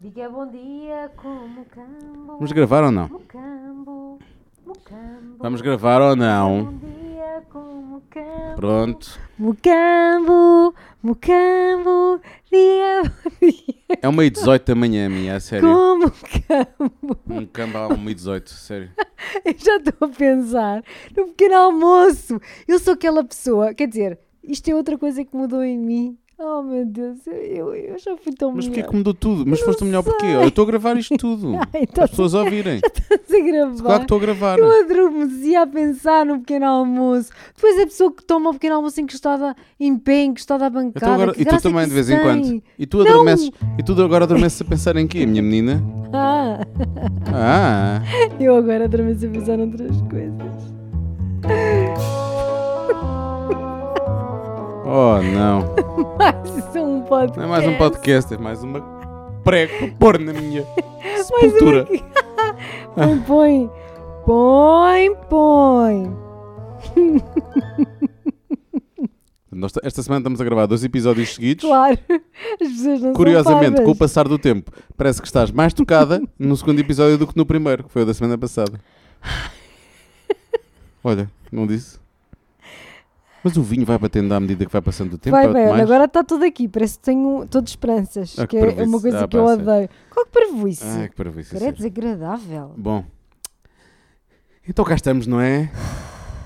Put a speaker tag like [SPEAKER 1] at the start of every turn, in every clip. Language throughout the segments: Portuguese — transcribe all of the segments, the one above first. [SPEAKER 1] Diga bom dia como cambo.
[SPEAKER 2] Vamos gravar ou não?
[SPEAKER 1] Mucambo, mucambo.
[SPEAKER 2] Vamos gravar um. ou não?
[SPEAKER 1] Bom dia como cambo.
[SPEAKER 2] Pronto.
[SPEAKER 1] Mucambo, mucambo, dia bom dia
[SPEAKER 2] É 1 e 18 da manhã, minha, a sério.
[SPEAKER 1] como cambo.
[SPEAKER 2] Um cambal 1 e 18, sério.
[SPEAKER 1] Eu já estou a pensar no pequeno almoço. Eu sou aquela pessoa, quer dizer, isto é outra coisa que mudou em mim. Oh meu Deus, eu, eu- eu já fui tão
[SPEAKER 2] Mas porquê
[SPEAKER 1] melhor.
[SPEAKER 2] que mudou tudo? Mas foste o melhor porquê? Eu estou a gravar isto tudo.
[SPEAKER 1] Ai,
[SPEAKER 2] As
[SPEAKER 1] estás
[SPEAKER 2] pessoas ouvirem.
[SPEAKER 1] a gravar.
[SPEAKER 2] Claro que estou a gravar.
[SPEAKER 1] Eu adormeci a pensar no pequeno almoço. Depois a pessoa que toma o pequeno almoço encostada em pé, encostada à
[SPEAKER 2] Eu estou
[SPEAKER 1] bancada.
[SPEAKER 2] agora...
[SPEAKER 1] que
[SPEAKER 2] E tu
[SPEAKER 1] graça
[SPEAKER 2] também,
[SPEAKER 1] que
[SPEAKER 2] de vez em
[SPEAKER 1] isso
[SPEAKER 2] quando.
[SPEAKER 1] tem.
[SPEAKER 2] E tu adormeces. E tu agora adormeces a pensar em quê, minha menina?
[SPEAKER 1] Ah,
[SPEAKER 2] Ah,
[SPEAKER 1] eu agora adormeci a pensar noutras coisas.
[SPEAKER 2] oh não.
[SPEAKER 1] Mais um podcast.
[SPEAKER 2] Não é mais um podcast, é mais uma prego para pôr na minha
[SPEAKER 1] Mais uma
[SPEAKER 2] sepultura.
[SPEAKER 1] aqui. põe, põe. Põe, põe.
[SPEAKER 2] Nós t- Esta semana estamos a gravar dois episódios seguidos.
[SPEAKER 1] Claro, as pessoas não
[SPEAKER 2] Curiosamente,
[SPEAKER 1] são
[SPEAKER 2] com o
[SPEAKER 1] parvas.
[SPEAKER 2] passar do tempo, parece que estás mais tocada no segundo episódio do que no primeiro, que foi o da semana passada. Olha, não disse? Mas o vinho vai batendo à medida que vai passando o tempo.
[SPEAKER 1] Vai
[SPEAKER 2] bate
[SPEAKER 1] bem,
[SPEAKER 2] mais.
[SPEAKER 1] agora está tudo aqui. Parece que tenho todas esperanças.
[SPEAKER 2] Ah, que
[SPEAKER 1] que é uma
[SPEAKER 2] parvoíce.
[SPEAKER 1] coisa
[SPEAKER 2] Ah,
[SPEAKER 1] que eu
[SPEAKER 2] pá, sério.
[SPEAKER 1] odeio. Qual que é parvoíce?
[SPEAKER 2] Ai, que parvoíce.
[SPEAKER 1] Cara, é
[SPEAKER 2] sério.
[SPEAKER 1] desagradável.
[SPEAKER 2] Bom, então cá estamos, não é?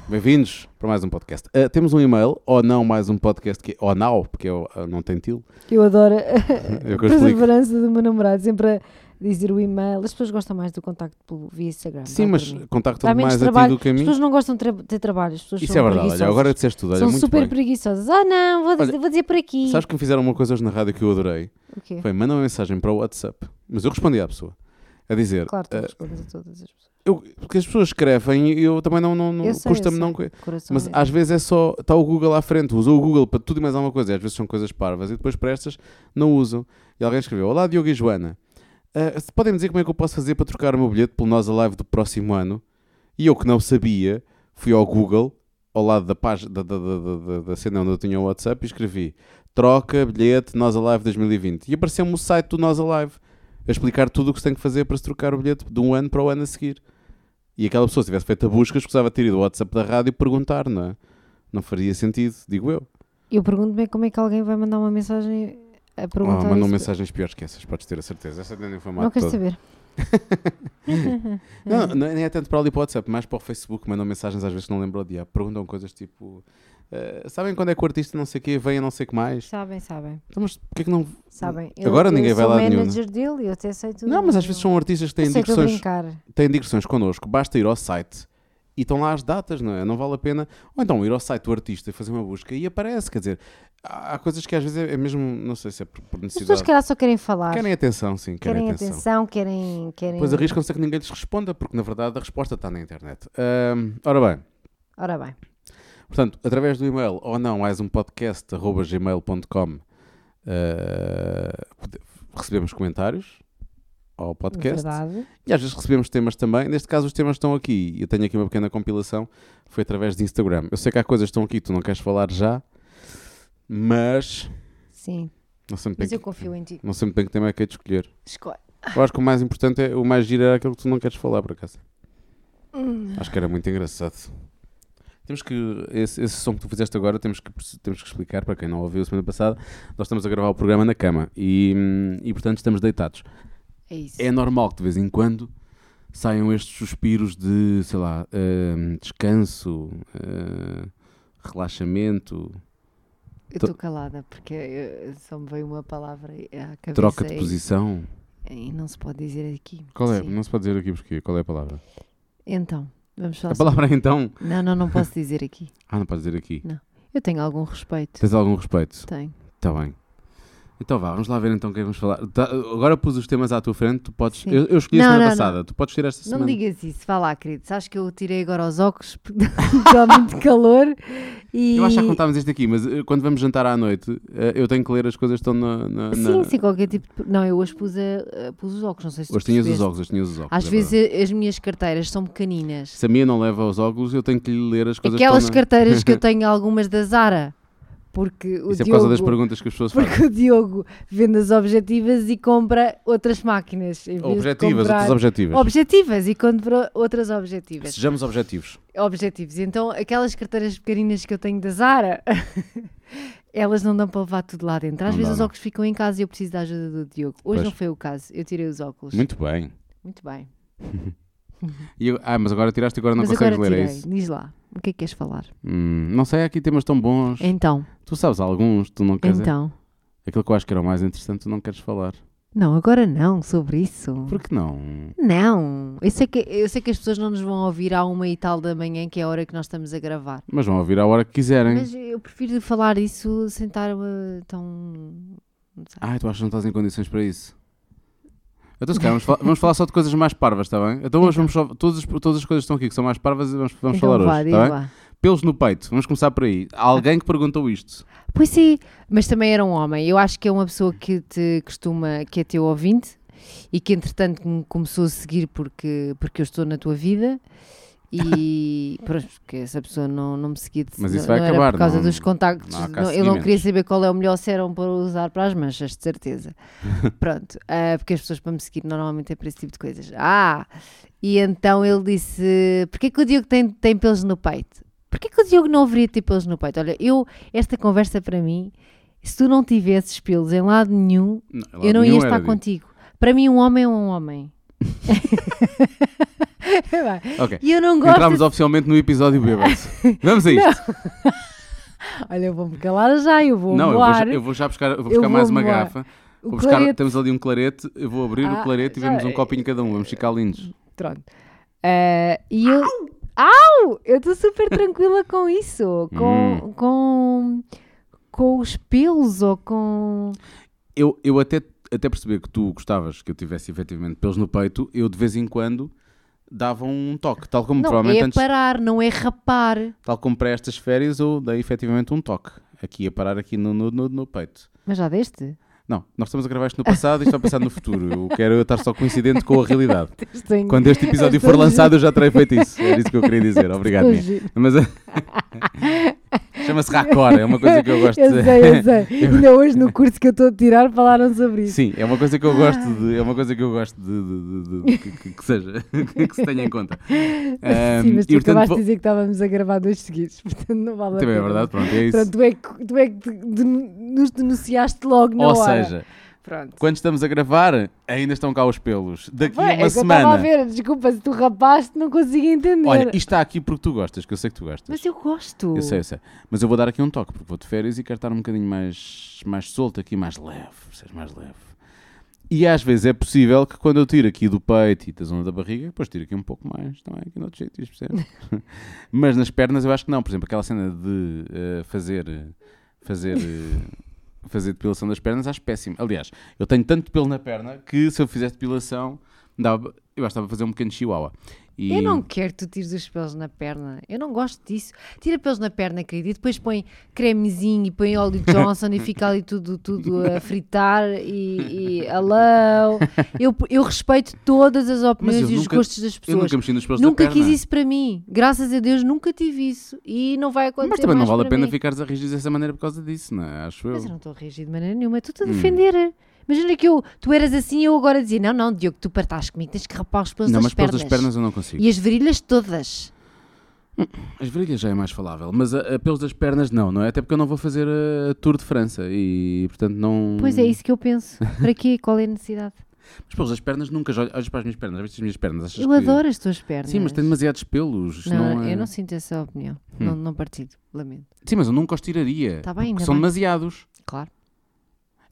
[SPEAKER 2] Bem-vindos para mais um podcast. Ah, temos um e-mail, ou não, mais um podcast, que é ou não, porque eu, ah, não tenho til.
[SPEAKER 1] Eu adoro a
[SPEAKER 2] É o que eu explico.
[SPEAKER 1] perseverança do meu namorado, sempre a dizer o e-mail. As pessoas gostam mais do contacto pelo, via Instagram.
[SPEAKER 2] Sim,
[SPEAKER 1] vai
[SPEAKER 2] mas
[SPEAKER 1] por mim. Dá
[SPEAKER 2] contacta-te
[SPEAKER 1] menos
[SPEAKER 2] mais a ti
[SPEAKER 1] trabalho.
[SPEAKER 2] do que
[SPEAKER 1] As
[SPEAKER 2] a mim.
[SPEAKER 1] pessoas não gostam de tra- ter trabalho, as pessoas
[SPEAKER 2] Isso
[SPEAKER 1] são
[SPEAKER 2] é verdade, olha,
[SPEAKER 1] preguiçosas.
[SPEAKER 2] agora disseste tudo, olha,
[SPEAKER 1] São
[SPEAKER 2] muito
[SPEAKER 1] super
[SPEAKER 2] bem.
[SPEAKER 1] preguiçosas. Ah, não, vou, dizer,
[SPEAKER 2] Olha,
[SPEAKER 1] vou dizer por aqui.
[SPEAKER 2] Sabes que me fizeram uma coisa hoje na rádio que eu adorei?
[SPEAKER 1] O quê?
[SPEAKER 2] Foi, manda uma mensagem para o WhatsApp. Mas eu respondi à pessoa. A dizer,
[SPEAKER 1] Claro, tu
[SPEAKER 2] eh,
[SPEAKER 1] respondes a todas as pessoas.
[SPEAKER 2] eu- porque as pessoas escrevem e eu também não... não, não
[SPEAKER 1] Eu sei, eu
[SPEAKER 2] Custa-me
[SPEAKER 1] sei.
[SPEAKER 2] não...
[SPEAKER 1] Coração
[SPEAKER 2] Mas
[SPEAKER 1] é-
[SPEAKER 2] às vezes é só... Está o Google à frente. Usou o Google para tudo e mais alguma coisa. E às vezes são coisas parvas. E depois para estas não usam. E alguém escreveu, Olá Diogo e Joana. Eh, se podem dizer como é que eu posso fazer para trocar o meu bilhete pelo Nós Live do próximo ano? E eu que não sabia, fui ao Google, ao lado da página da, da, da, da, da- da cena onde eu tinha o WhatsApp e escrevi troca bilhete Nós Alive 2020. E apareceu-me o site do Nós Alive a explicar tudo o que se tem que fazer para se trocar o bilhete de um ano para o ano a seguir. E aquela pessoa, se tivesse feito a busca, escusava ter ido ao WhatsApp da rádio e perguntar, não é? Não faria sentido, digo eu. Ah,
[SPEAKER 1] Eu pergunto-me como é que alguém vai mandar uma mensagem a
[SPEAKER 2] Oh,
[SPEAKER 1] perguntar.
[SPEAKER 2] mandam
[SPEAKER 1] isso.
[SPEAKER 2] mensagens piores que essas, podes ter a certeza. Essa nem foi
[SPEAKER 1] Não quero saber.
[SPEAKER 2] Não, não, nem é tanto para ali para o WhatsApp, mais para o Facebook, mandam mensagens às vezes que não lembro o dia. Perguntam coisas tipo. eh, sabem quando é que o artista não sei o quê vem a não sei o que mais?
[SPEAKER 1] Sabem, sabem.
[SPEAKER 2] Então, mas porquê que não.
[SPEAKER 1] sabem.
[SPEAKER 2] Agora ninguém
[SPEAKER 1] eu
[SPEAKER 2] vai
[SPEAKER 1] sou
[SPEAKER 2] lá nenhum,
[SPEAKER 1] manager dele e eu até sei tudo.
[SPEAKER 2] Não, mas às vezes são artistas que têm
[SPEAKER 1] eu sei que estou a
[SPEAKER 2] digressões,
[SPEAKER 1] brincar.
[SPEAKER 2] têm digressões connosco, basta ir ao site e estão lá as datas, não é? Não vale a pena. Ou então ir ao site do artista e fazer uma busca e aparece, quer dizer, há, há coisas que às vezes é, é mesmo, não sei se é por, por
[SPEAKER 1] As pessoas,
[SPEAKER 2] necessidade.
[SPEAKER 1] se calhar, só querem falar.
[SPEAKER 2] Querem atenção, sim, querem,
[SPEAKER 1] Querem
[SPEAKER 2] atenção.
[SPEAKER 1] atenção, querem. querem...
[SPEAKER 2] Depois arriscam-se a que ninguém lhes responda, porque na verdade a resposta está na internet. Ahm, ora bem.
[SPEAKER 1] Ora bem.
[SPEAKER 2] Portanto, através do e-mail ou não, mais um podcast, arroba gmail.com, ah, recebemos comentários ao podcast.
[SPEAKER 1] Verdade.
[SPEAKER 2] E às vezes recebemos temas também. Neste caso, os temas estão aqui. Eu tenho aqui uma pequena compilação. Foi através de Instagram. Eu sei que há coisas que estão aqui que tu não queres falar já, mas
[SPEAKER 1] Sim.
[SPEAKER 2] não sei muito bem,
[SPEAKER 1] Mas eu
[SPEAKER 2] que,
[SPEAKER 1] confio em ti.
[SPEAKER 2] não sei muito bem que tema é que é de escolher.
[SPEAKER 1] Escolhe.
[SPEAKER 2] Eu acho que o mais importante, é, o mais giro era aquilo que tu não queres falar, por acaso.
[SPEAKER 1] Hum.
[SPEAKER 2] Acho que era muito engraçado. Temos que. Esse, esse som que tu fizeste agora, temos que, temos que explicar para quem não ouviu a semana passada. Nós estamos a gravar o programa na cama e, hum, e portanto, estamos deitados.
[SPEAKER 1] É isso.
[SPEAKER 2] É normal que de vez em quando saiam estes suspiros de, sei lá, hum, descanso, hum, relaxamento,
[SPEAKER 1] Eu estou calada porque eh, só me veio uma palavra à cabeça.
[SPEAKER 2] troca de
[SPEAKER 1] e-
[SPEAKER 2] posição.
[SPEAKER 1] E não se pode dizer aqui.
[SPEAKER 2] Qual é?
[SPEAKER 1] é Sim.
[SPEAKER 2] Não se pode dizer aqui porque qual é a palavra?
[SPEAKER 1] Então, vamos falar.
[SPEAKER 2] A palavra é então.
[SPEAKER 1] sobre- Não, não, não posso dizer aqui.
[SPEAKER 2] Ah, não pode dizer aqui.
[SPEAKER 1] Eu tenho algum respeito.
[SPEAKER 2] Tens algum respeito?
[SPEAKER 1] Tenho.
[SPEAKER 2] Está bem. Então vá, vamos lá ver então o que é que vamos falar. Tá, agora pus os temas à tua frente, tu podes.
[SPEAKER 1] Sim.
[SPEAKER 2] Eu, eu escolhi a
[SPEAKER 1] Não,
[SPEAKER 2] semana
[SPEAKER 1] não,
[SPEAKER 2] passada, tu podes tirar esta
[SPEAKER 1] Não
[SPEAKER 2] semana.
[SPEAKER 1] me digas isso, vá lá, querido. Sabes que eu tirei agora os óculos porque está muito calor e.
[SPEAKER 2] Eu acho que já contámos isto aqui, mas eh, quando vamos jantar à noite, eh, eu tenho que ler as coisas que estão na. na-
[SPEAKER 1] Sim,
[SPEAKER 2] na-
[SPEAKER 1] sim, qualquer tipo de... Não, eu hoje pus, a- a- pus os óculos, não sei se tu
[SPEAKER 2] Hoje tinhas os
[SPEAKER 1] percebeste.
[SPEAKER 2] óculos, hoje tinhas os óculos.
[SPEAKER 1] Às
[SPEAKER 2] é
[SPEAKER 1] vezes
[SPEAKER 2] verdade.
[SPEAKER 1] as minhas carteiras são pequeninas.
[SPEAKER 2] Se a minha não leva os óculos, eu tenho que lhe ler as coisas que
[SPEAKER 1] Aquelas
[SPEAKER 2] estão na-
[SPEAKER 1] carteiras que eu tenho, algumas da Zara. Porque o
[SPEAKER 2] Isso é por
[SPEAKER 1] Diogo,
[SPEAKER 2] causa das perguntas que as pessoas fazem.
[SPEAKER 1] porque o Diogo vende as objetivas e compra outras máquinas. em vez de
[SPEAKER 2] Objetivas,
[SPEAKER 1] comprar-
[SPEAKER 2] outras objetivas.
[SPEAKER 1] Objetivas e compra outras objetivas.
[SPEAKER 2] Sejamos objetivos.
[SPEAKER 1] objetivos. E Então, aquelas carteiras pequeninas que eu tenho da Zara, elas não dão para levar tudo lá dentro. Às
[SPEAKER 2] Não
[SPEAKER 1] vezes
[SPEAKER 2] dá,
[SPEAKER 1] os
[SPEAKER 2] não.
[SPEAKER 1] óculos ficam em casa e eu preciso da ajuda do Diogo. Hoje
[SPEAKER 2] Pois.
[SPEAKER 1] não foi o caso, eu tirei os óculos. Muito,
[SPEAKER 2] Muito bem.
[SPEAKER 1] bem.
[SPEAKER 2] E eu- ah, mas agora tiraste e agora não
[SPEAKER 1] Mas agora
[SPEAKER 2] consegues ler,
[SPEAKER 1] tirei.
[SPEAKER 2] é isso?
[SPEAKER 1] Diz lá, o que é que queres falar?
[SPEAKER 2] Hum, não sei, há aqui temas tão bons.
[SPEAKER 1] Então,
[SPEAKER 2] Tu sabes alguns, tu não queres. é
[SPEAKER 1] então.
[SPEAKER 2] Aquilo que eu acho que era o mais interessante, tu não queres falar.
[SPEAKER 1] Não, agora não, sobre isso.
[SPEAKER 2] Por que não?
[SPEAKER 1] Não, eu sei, que, eu sei que as pessoas não nos vão ouvir à uma e tal da manhã, que é a hora que nós estamos a gravar.
[SPEAKER 2] Mas vão ouvir à hora que quiserem.
[SPEAKER 1] Mas eu prefiro falar isso sem estar eh, tão. não sei.
[SPEAKER 2] Ai, tu achas que não estás em condições para isso? Então, se calhar, vamos, falar, vamos falar só de coisas mais parvas, está bem? Então, hoje vamos só. Todas, as- todas as coisas que estão aqui que são mais parvas, vamos, vamos
[SPEAKER 1] Então
[SPEAKER 2] falar
[SPEAKER 1] vá,
[SPEAKER 2] hoje.
[SPEAKER 1] diz
[SPEAKER 2] Está bem?
[SPEAKER 1] lá.
[SPEAKER 2] Pelos no peito, vamos começar por aí. Há alguém que perguntou isto.
[SPEAKER 1] Pois sim, mas também era um homem. Eu acho que é uma pessoa que te costuma, que é teu ouvinte e que entretanto me começou a seguir porque, porque eu estou na tua vida. E pronto, porque essa pessoa não, não me seguia de
[SPEAKER 2] Mas isso
[SPEAKER 1] não,
[SPEAKER 2] vai
[SPEAKER 1] não
[SPEAKER 2] acabar,
[SPEAKER 1] era por causa
[SPEAKER 2] não-
[SPEAKER 1] dos contactos.
[SPEAKER 2] não há cá
[SPEAKER 1] não- eu não
[SPEAKER 2] seguimentos.
[SPEAKER 1] queria saber qual é o melhor sérum para usar para as manchas, de certeza. Pronto, ah, porque as pessoas para me seguir normalmente é para esse tipo de coisas. Ah, e então ele disse: Porquê que o Diogo tem, tem pelos no peito? Porquê que o Diogo não haveria de ter pelos no peito? Olha, eu, esta conversa para mim, se tu não tivesses pelos em lado nenhum,
[SPEAKER 2] Não,
[SPEAKER 1] eu não
[SPEAKER 2] nenhum
[SPEAKER 1] ia
[SPEAKER 2] era
[SPEAKER 1] estar
[SPEAKER 2] dito.
[SPEAKER 1] contigo. Para mim, um homem é um homem. É
[SPEAKER 2] Ok.
[SPEAKER 1] E eu não gosto.
[SPEAKER 2] Entramos oficialmente no episódio bêbado. Vamos a isto.
[SPEAKER 1] Olha, eu vou-me calar já, eu vou
[SPEAKER 2] Não, eu vou,
[SPEAKER 1] voar.
[SPEAKER 2] já, eu vou já buscar, eu vou
[SPEAKER 1] Eu
[SPEAKER 2] buscar mais
[SPEAKER 1] vou
[SPEAKER 2] uma
[SPEAKER 1] voar.
[SPEAKER 2] garrafa.
[SPEAKER 1] O
[SPEAKER 2] Vou buscar-
[SPEAKER 1] clarete,
[SPEAKER 2] temos ali um clarete, eu vou abrir
[SPEAKER 1] Ah,
[SPEAKER 2] o clarete e
[SPEAKER 1] já-
[SPEAKER 2] vemos um copinho cada um, vamos ficar lindos.
[SPEAKER 1] pronto. Ah, e eu. Au! Eu estou super tranquila com isso. Com.
[SPEAKER 2] Hum.
[SPEAKER 1] com... Com os pelos ou com.
[SPEAKER 2] Eu, eu até, até perceber que tu gostavas que eu tivesse efetivamente pelos no peito, eu de vez em quando dava um toque, tal como
[SPEAKER 1] Não,
[SPEAKER 2] provavelmente
[SPEAKER 1] é
[SPEAKER 2] antes,
[SPEAKER 1] parar, não é rapar.
[SPEAKER 2] tal como para estas férias, eu dei efetivamente um toque. Aqui a parar aqui no, no, no, no peito.
[SPEAKER 1] Mas já deste?
[SPEAKER 2] Não, nós estamos a gravar isto no passado e isto vai passar no futuro. Eu quero estar só coincidente com a realidade.
[SPEAKER 1] Estou em-
[SPEAKER 2] Quando este episódio for
[SPEAKER 1] Estou
[SPEAKER 2] lançado, eu já terei feito isso. Era isso que eu queria dizer. Obrigado,
[SPEAKER 1] estou
[SPEAKER 2] Mia.
[SPEAKER 1] giro.
[SPEAKER 2] Mas chama-se racor, é uma coisa que eu gosto
[SPEAKER 1] Eu
[SPEAKER 2] de.
[SPEAKER 1] sei, eu sei. Ainda hoje no curso que eu estou a tirar falaram sobre isso.
[SPEAKER 2] Sim, é uma coisa que eu gosto de. É uma coisa que eu gosto de, de- de- de- que- que, que seja, que se tenha em conta. Ahm,
[SPEAKER 1] Sim, mas tu
[SPEAKER 2] ehm, e, portanto,
[SPEAKER 1] acabaste
[SPEAKER 2] vou-
[SPEAKER 1] de dizer que estávamos a gravar dois seguidos, portanto não vale a
[SPEAKER 2] Também é
[SPEAKER 1] pena.
[SPEAKER 2] verdade, pronto, é
[SPEAKER 1] Pronto,
[SPEAKER 2] isso.
[SPEAKER 1] tu é que, tu é que te- de- nos denunciaste logo na
[SPEAKER 2] Ou
[SPEAKER 1] hora.
[SPEAKER 2] seja,
[SPEAKER 1] Pronto.
[SPEAKER 2] quando estamos a gravar, ainda estão cá os pelos. Daqui
[SPEAKER 1] Bem,
[SPEAKER 2] a uma
[SPEAKER 1] é que eu estava a
[SPEAKER 2] semana.
[SPEAKER 1] ver, desculpa se tu rapaste, não consigo entender.
[SPEAKER 2] Olha, isto está aqui porque tu gostas, que eu sei que tu gostas.
[SPEAKER 1] mas eu gosto.
[SPEAKER 2] Eu sei, eu sei. Mas eu vou dar aqui um toque, porque vou de férias e quero estar um bocadinho mais, mais solto aqui, mais leve, ser mais leve. E às vezes é possível que quando eu tiro aqui do peito e da zona da barriga, depois tiro aqui um pouco mais, também aqui noutros sítios, percebes? Mas nas pernas eu acho que não. Por exemplo, aquela cena de eh, fazer, eh, fazer, eh, fazer depilação das pernas, acho péssimo. Aliás, eu tenho tanto pelo na perna que se eu fizesse depilação, dava, eu acho que estava a fazer um pequeno chihuahua. E-
[SPEAKER 1] Eu não quero que tu tires os pelos na perna. Eu não gosto disso. Tira pelos na perna, querido, e depois põe cremezinho e põe óleo Johnson e fica ali tudo, tudo a fritar e, e hello. Eu, eu respeito todas as opiniões
[SPEAKER 2] eu
[SPEAKER 1] e os
[SPEAKER 2] nunca-
[SPEAKER 1] gostos das
[SPEAKER 2] Eu
[SPEAKER 1] pessoas.
[SPEAKER 2] nunca mexi nos pelos
[SPEAKER 1] Nunca
[SPEAKER 2] da perna.
[SPEAKER 1] quis isso para mim. Graças a Deus nunca tive isso. E não vai acontecer.
[SPEAKER 2] Mas também não
[SPEAKER 1] mais
[SPEAKER 2] vale a
[SPEAKER 1] para
[SPEAKER 2] pena
[SPEAKER 1] mim.
[SPEAKER 2] ficares a rígido dessa maneira por causa disso, não é? Acho eu.
[SPEAKER 1] Mas eu não estou a reagir de maneira nenhuma. Estou-te a
[SPEAKER 2] Hum.
[SPEAKER 1] defender. Imagina que eu, tu eras assim e eu agora dizia: Não, não, Diogo, tu partaste comigo, tens que rapar os pelos
[SPEAKER 2] Não,
[SPEAKER 1] das
[SPEAKER 2] mas pelas
[SPEAKER 1] pernas.
[SPEAKER 2] das pernas eu não consigo.
[SPEAKER 1] E as virilhas todas.
[SPEAKER 2] As virilhas já é mais falável, mas a, a pelos das pernas não, não é? Até porque eu não vou fazer a, a Tour de França e, portanto, não...
[SPEAKER 1] Pois é, isso que eu penso. Para quê? Qual é a necessidade?
[SPEAKER 2] Mas pelos das pernas nunca, já olhas para as minhas pernas, já viste as minhas pernas? Achas
[SPEAKER 1] Eu
[SPEAKER 2] que-
[SPEAKER 1] adoro as tuas pernas.
[SPEAKER 2] Sim, mas tem demasiados pelos. isto
[SPEAKER 1] Não,
[SPEAKER 2] não é- Hum.
[SPEAKER 1] eu não sinto essa opinião. Não, não partilho. Lamento.
[SPEAKER 2] Sim, mas eu nunca os tiraria,
[SPEAKER 1] Tá bem,
[SPEAKER 2] porque
[SPEAKER 1] ainda
[SPEAKER 2] são
[SPEAKER 1] bem.
[SPEAKER 2] demasiados.
[SPEAKER 1] Claro.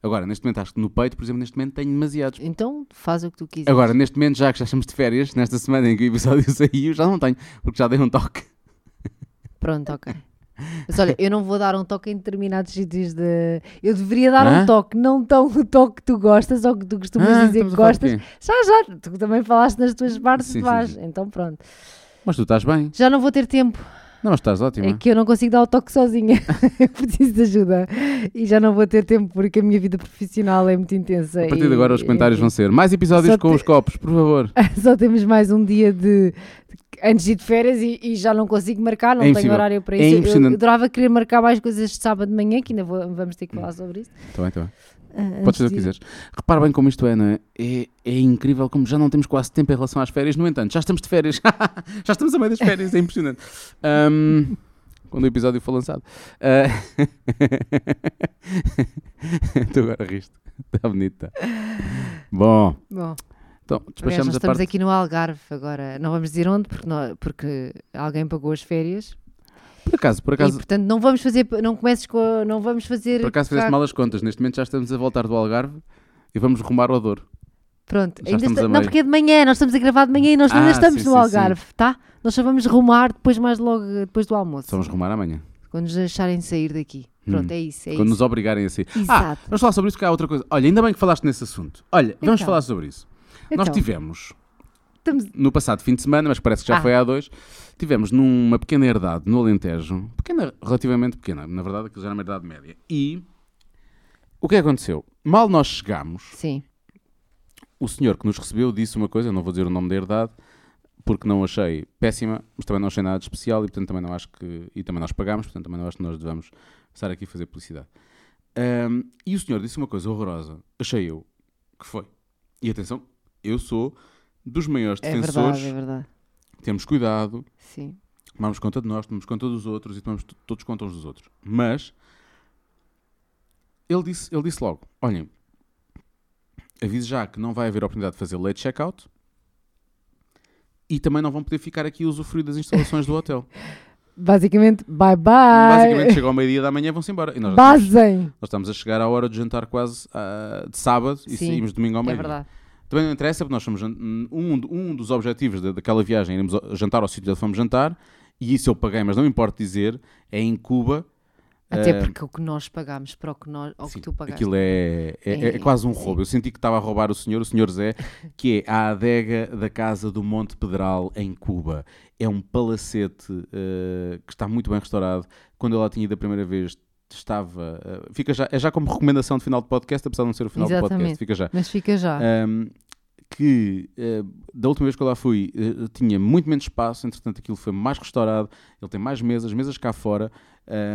[SPEAKER 2] Agora, neste momento, acho que no peito, por exemplo, neste momento tenho demasiados.
[SPEAKER 1] Então faz o que tu quiseres.
[SPEAKER 2] Agora, neste momento, já que já estamos de férias, nesta semana em que o episódio saiu, já não tenho, porque já dei um toque.
[SPEAKER 1] Pronto, ok. Mas olha, eu não vou dar um toque em determinados sítios de. Eu deveria dar
[SPEAKER 2] Hã?
[SPEAKER 1] um toque, não tão o toque que tu gostas ou que tu costumas
[SPEAKER 2] Ah,
[SPEAKER 1] dizer que
[SPEAKER 2] estamos a falar de
[SPEAKER 1] gostas.
[SPEAKER 2] quê?
[SPEAKER 1] Já, já, tu também falaste nas tuas partes
[SPEAKER 2] Sim,
[SPEAKER 1] de
[SPEAKER 2] sim,
[SPEAKER 1] baixo.
[SPEAKER 2] sim.
[SPEAKER 1] Então pronto.
[SPEAKER 2] Mas tu estás bem.
[SPEAKER 1] Já não vou ter tempo.
[SPEAKER 2] Não, mas estás ótima.
[SPEAKER 1] É que eu não consigo dar o toque sozinha. eu preciso de ajuda. E já não vou ter tempo porque a minha vida profissional é muito intensa.
[SPEAKER 2] A partir de agora os comentários vão ser mais episódios
[SPEAKER 1] é Só
[SPEAKER 2] com
[SPEAKER 1] te-
[SPEAKER 2] os copos, por favor.
[SPEAKER 1] Só temos mais um dia de, antes de ir de férias e, e já não consigo marcar, não
[SPEAKER 2] É
[SPEAKER 1] tenho
[SPEAKER 2] impossível.
[SPEAKER 1] horário para
[SPEAKER 2] É
[SPEAKER 1] isso. eu, eu
[SPEAKER 2] impressionante.
[SPEAKER 1] adorava querer marcar mais coisas de sábado de manhã, que ainda vou- vamos ter que falar sobre isso.
[SPEAKER 2] Está Tá bem, está
[SPEAKER 1] ah,
[SPEAKER 2] bem.
[SPEAKER 1] antes
[SPEAKER 2] Hum. Podes fazer
[SPEAKER 1] de
[SPEAKER 2] o que
[SPEAKER 1] ir.
[SPEAKER 2] quiseres. Repara bem como isto é, não é? é? É incrível como já não temos quase tempo em relação às férias. No entanto, já estamos de férias. já estamos a meio das férias. É impressionante. Ahm, quando o episódio for lançado. Ah, tu agora riste. Está bonito, tá? Bom,
[SPEAKER 1] Bom,
[SPEAKER 2] então
[SPEAKER 1] aliás, nós
[SPEAKER 2] despachamos a
[SPEAKER 1] estamos
[SPEAKER 2] parte.
[SPEAKER 1] aqui no Algarve agora. Não vamos dizer onde, porque, nós- porque alguém pagou as férias.
[SPEAKER 2] Por acaso, por
[SPEAKER 1] E
[SPEAKER 2] acaso,
[SPEAKER 1] portanto não vamos fazer, não comeces com, a- não vamos fazer.
[SPEAKER 2] por acaso fizeste malas contas. Neste momento já estamos a voltar do Algarve e vamos rumar ao Douro.
[SPEAKER 1] Pronto,
[SPEAKER 2] Já
[SPEAKER 1] ainda
[SPEAKER 2] estamos
[SPEAKER 1] esta-
[SPEAKER 2] a
[SPEAKER 1] não
[SPEAKER 2] meio.
[SPEAKER 1] porque é de manhã, nós estamos a gravar de manhã e nós ainda
[SPEAKER 2] Ah,
[SPEAKER 1] estamos
[SPEAKER 2] sim,
[SPEAKER 1] no
[SPEAKER 2] sim,
[SPEAKER 1] Algarve, tá? Nós só vamos rumar depois mais logo depois do almoço.
[SPEAKER 2] Só vamos rumar amanhã.
[SPEAKER 1] Quando nos deixarem sair daqui. Pronto, é isso, é
[SPEAKER 2] Hum. quando
[SPEAKER 1] isso.
[SPEAKER 2] nos obrigarem a sair.
[SPEAKER 1] Exato.
[SPEAKER 2] Ah, vamos falar sobre isso, que há outra coisa. Olha, ainda bem que falaste nesse assunto. Olha, vamos
[SPEAKER 1] Então.
[SPEAKER 2] falar sobre isso. Nós
[SPEAKER 1] Então,
[SPEAKER 2] tivemos,
[SPEAKER 1] estamos-
[SPEAKER 2] no passado fim de semana, mas parece que já
[SPEAKER 1] Ah.
[SPEAKER 2] foi há dois, tivemos numa pequena herdade no Alentejo, pequena, relativamente pequena, na verdade aquilo já era uma herdade média. E o que é que aconteceu? Mal nós chegámos,
[SPEAKER 1] Sim.
[SPEAKER 2] o senhor que nos recebeu disse uma coisa, eu não vou dizer o nome da herdade, porque não achei péssima, mas também não achei nada de especial e portanto também não acho que. E também nós pagámos, portanto também não acho que nós devamos estar aqui a fazer publicidade. Ahm, e o senhor disse uma coisa horrorosa, achei eu, que foi. E atenção, eu sou dos maiores
[SPEAKER 1] É
[SPEAKER 2] defensores,
[SPEAKER 1] verdade, é verdade.
[SPEAKER 2] temos cuidado,
[SPEAKER 1] Sim.
[SPEAKER 2] tomamos conta de nós, tomamos conta dos outros e tomamos t- todos conta uns dos outros. Mas ele disse, ele disse logo: olhem, aviso já que não vai haver oportunidade de fazer late check-out e também não vão poder ficar aqui a usufruir das instalações do hotel.
[SPEAKER 1] Basicamente, bye bye.
[SPEAKER 2] Basicamente, chega ao meio-dia da manhã e vão-se embora. E nós, já estamos,
[SPEAKER 1] Basem.
[SPEAKER 2] nós estamos a chegar à hora de jantar quase ah, de sábado e
[SPEAKER 1] Sim,
[SPEAKER 2] saímos domingo ao
[SPEAKER 1] É
[SPEAKER 2] meio-dia.
[SPEAKER 1] verdade.
[SPEAKER 2] Também não interessa, porque nós fomos jan- um, um dos objetivos da- daquela viagem, iremos ao- jantar ao sítio onde fomos jantar, e isso eu paguei, mas não me importa dizer, é em Cuba.
[SPEAKER 1] Até
[SPEAKER 2] Ah,
[SPEAKER 1] porque o que nós pagámos para o que, nós, ao
[SPEAKER 2] sim,
[SPEAKER 1] que tu pagaste.
[SPEAKER 2] Aquilo é, é, é- é quase um roubo. Eu senti que estava a roubar o senhor, o senhor Zé, que é a adega da Casa do Monte Pedral, em Cuba. É um palacete eh, que está muito bem restaurado. Quando eu lá tinha ido a primeira vez, estava. eh, fica já, é já como recomendação de final de podcast, apesar de não ser o final do
[SPEAKER 1] Exatamente.
[SPEAKER 2] podcast, fica já.
[SPEAKER 1] Mas fica já.
[SPEAKER 2] Um, que eh, da última vez que eu lá fui eh, tinha muito menos espaço, entretanto aquilo foi mais restaurado, ele tem mais mesas, mesas cá fora,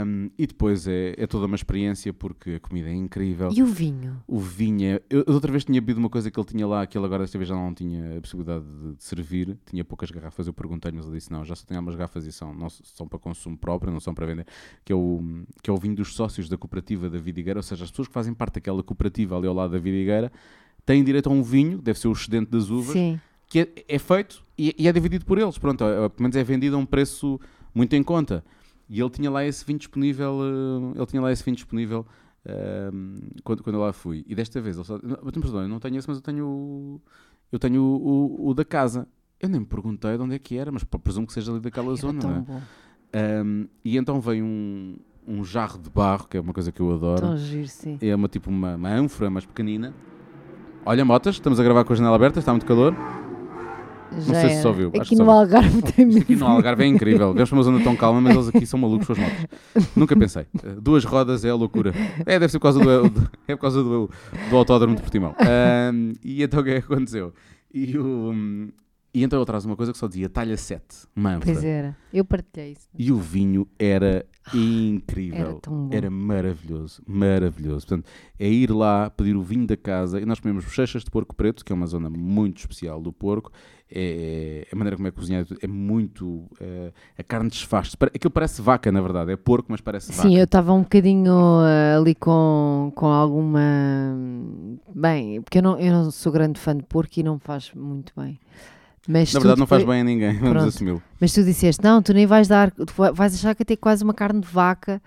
[SPEAKER 2] um, e depois é, é toda uma experiência porque a comida é incrível.
[SPEAKER 1] E o vinho?
[SPEAKER 2] O vinho é... Eu eu da outra vez tinha bebido uma coisa que ele tinha lá, que ele agora desta vez já não tinha a possibilidade de, de servir. Tinha poucas garrafas, eu perguntei-lhe, mas ele disse, não, já só tenho algumas garrafas e são, não, são para consumo próprio, não são para vender. Que é, o, que é o vinho dos sócios da cooperativa da Vidigueira, ou seja, as pessoas que fazem parte daquela cooperativa ali ao lado da Vidigueira têm direito a um vinho, deve ser o excedente das uvas,
[SPEAKER 1] Sim.
[SPEAKER 2] que é, é feito e, e é dividido por eles. Pronto, é- é- pelo menos é vendido a um preço muito em conta. E ele tinha lá esse vinho disponível, eh, ele tinha lá esse vinho disponível ehm, quando, quando eu lá fui. E desta vez ele só. Não, mas, perdão, eu não tenho esse, mas eu tenho o. Eu tenho o, o- o da casa. Eu nem me perguntei de onde é que era, mas pá, presumo que seja ali daquela
[SPEAKER 1] Era
[SPEAKER 2] zona, não
[SPEAKER 1] tão
[SPEAKER 2] é?
[SPEAKER 1] bom.
[SPEAKER 2] Ehm, e então veio um, um jarro de barro, que é uma coisa que eu adoro.
[SPEAKER 1] Tão giro, sim.
[SPEAKER 2] É uma tipo uma, uma ânfora, mas pequenina. Olha, motas, estamos a gravar com a janela aberta, está muito calor.
[SPEAKER 1] Já
[SPEAKER 2] sei se
[SPEAKER 1] era.
[SPEAKER 2] só viu, acho
[SPEAKER 1] Aqui
[SPEAKER 2] que
[SPEAKER 1] no
[SPEAKER 2] só viu.
[SPEAKER 1] Algarve tem
[SPEAKER 2] Isto aqui
[SPEAKER 1] mesmo.
[SPEAKER 2] no Algarve é incrível. Vemos para uma zona tão calma, mas eles aqui são malucos com as motos. Nunca pensei. Eh, Duas rodas é a loucura. É, deve ser por causa do, do- é por causa do, do autódromo de Portimão. Ahm, e então o que é que aconteceu? E, o, e então ele traz uma coisa que só dizia talha 7, uma ânfora.
[SPEAKER 1] Pois era. Eu partilhei isso.
[SPEAKER 2] E o vinho era incrível.
[SPEAKER 1] Era tão bom.
[SPEAKER 2] Era maravilhoso, maravilhoso. Portanto, é ir lá pedir o vinho da casa e nós comemos bochechas de porco preto, que é uma zona muito especial do porco. É, a maneira como é cozinhado é muito. eh, a carne desfaz-se. Pare- Aquilo parece vaca, na verdade. É porco, mas parece vaca.
[SPEAKER 1] Sim, eu estava um bocadinho ah, ali com, com alguma. Bem, porque eu não, eu não sou grande fã de porco e não me faz muito bem. Mas
[SPEAKER 2] na
[SPEAKER 1] tu
[SPEAKER 2] verdade, não faz
[SPEAKER 1] depois-
[SPEAKER 2] bem a ninguém. Vamos
[SPEAKER 1] Pronto.
[SPEAKER 2] assumi-lo.
[SPEAKER 1] Mas tu disseste: não, tu nem vais dar, tu va- vais achar que até quase uma carne de vaca.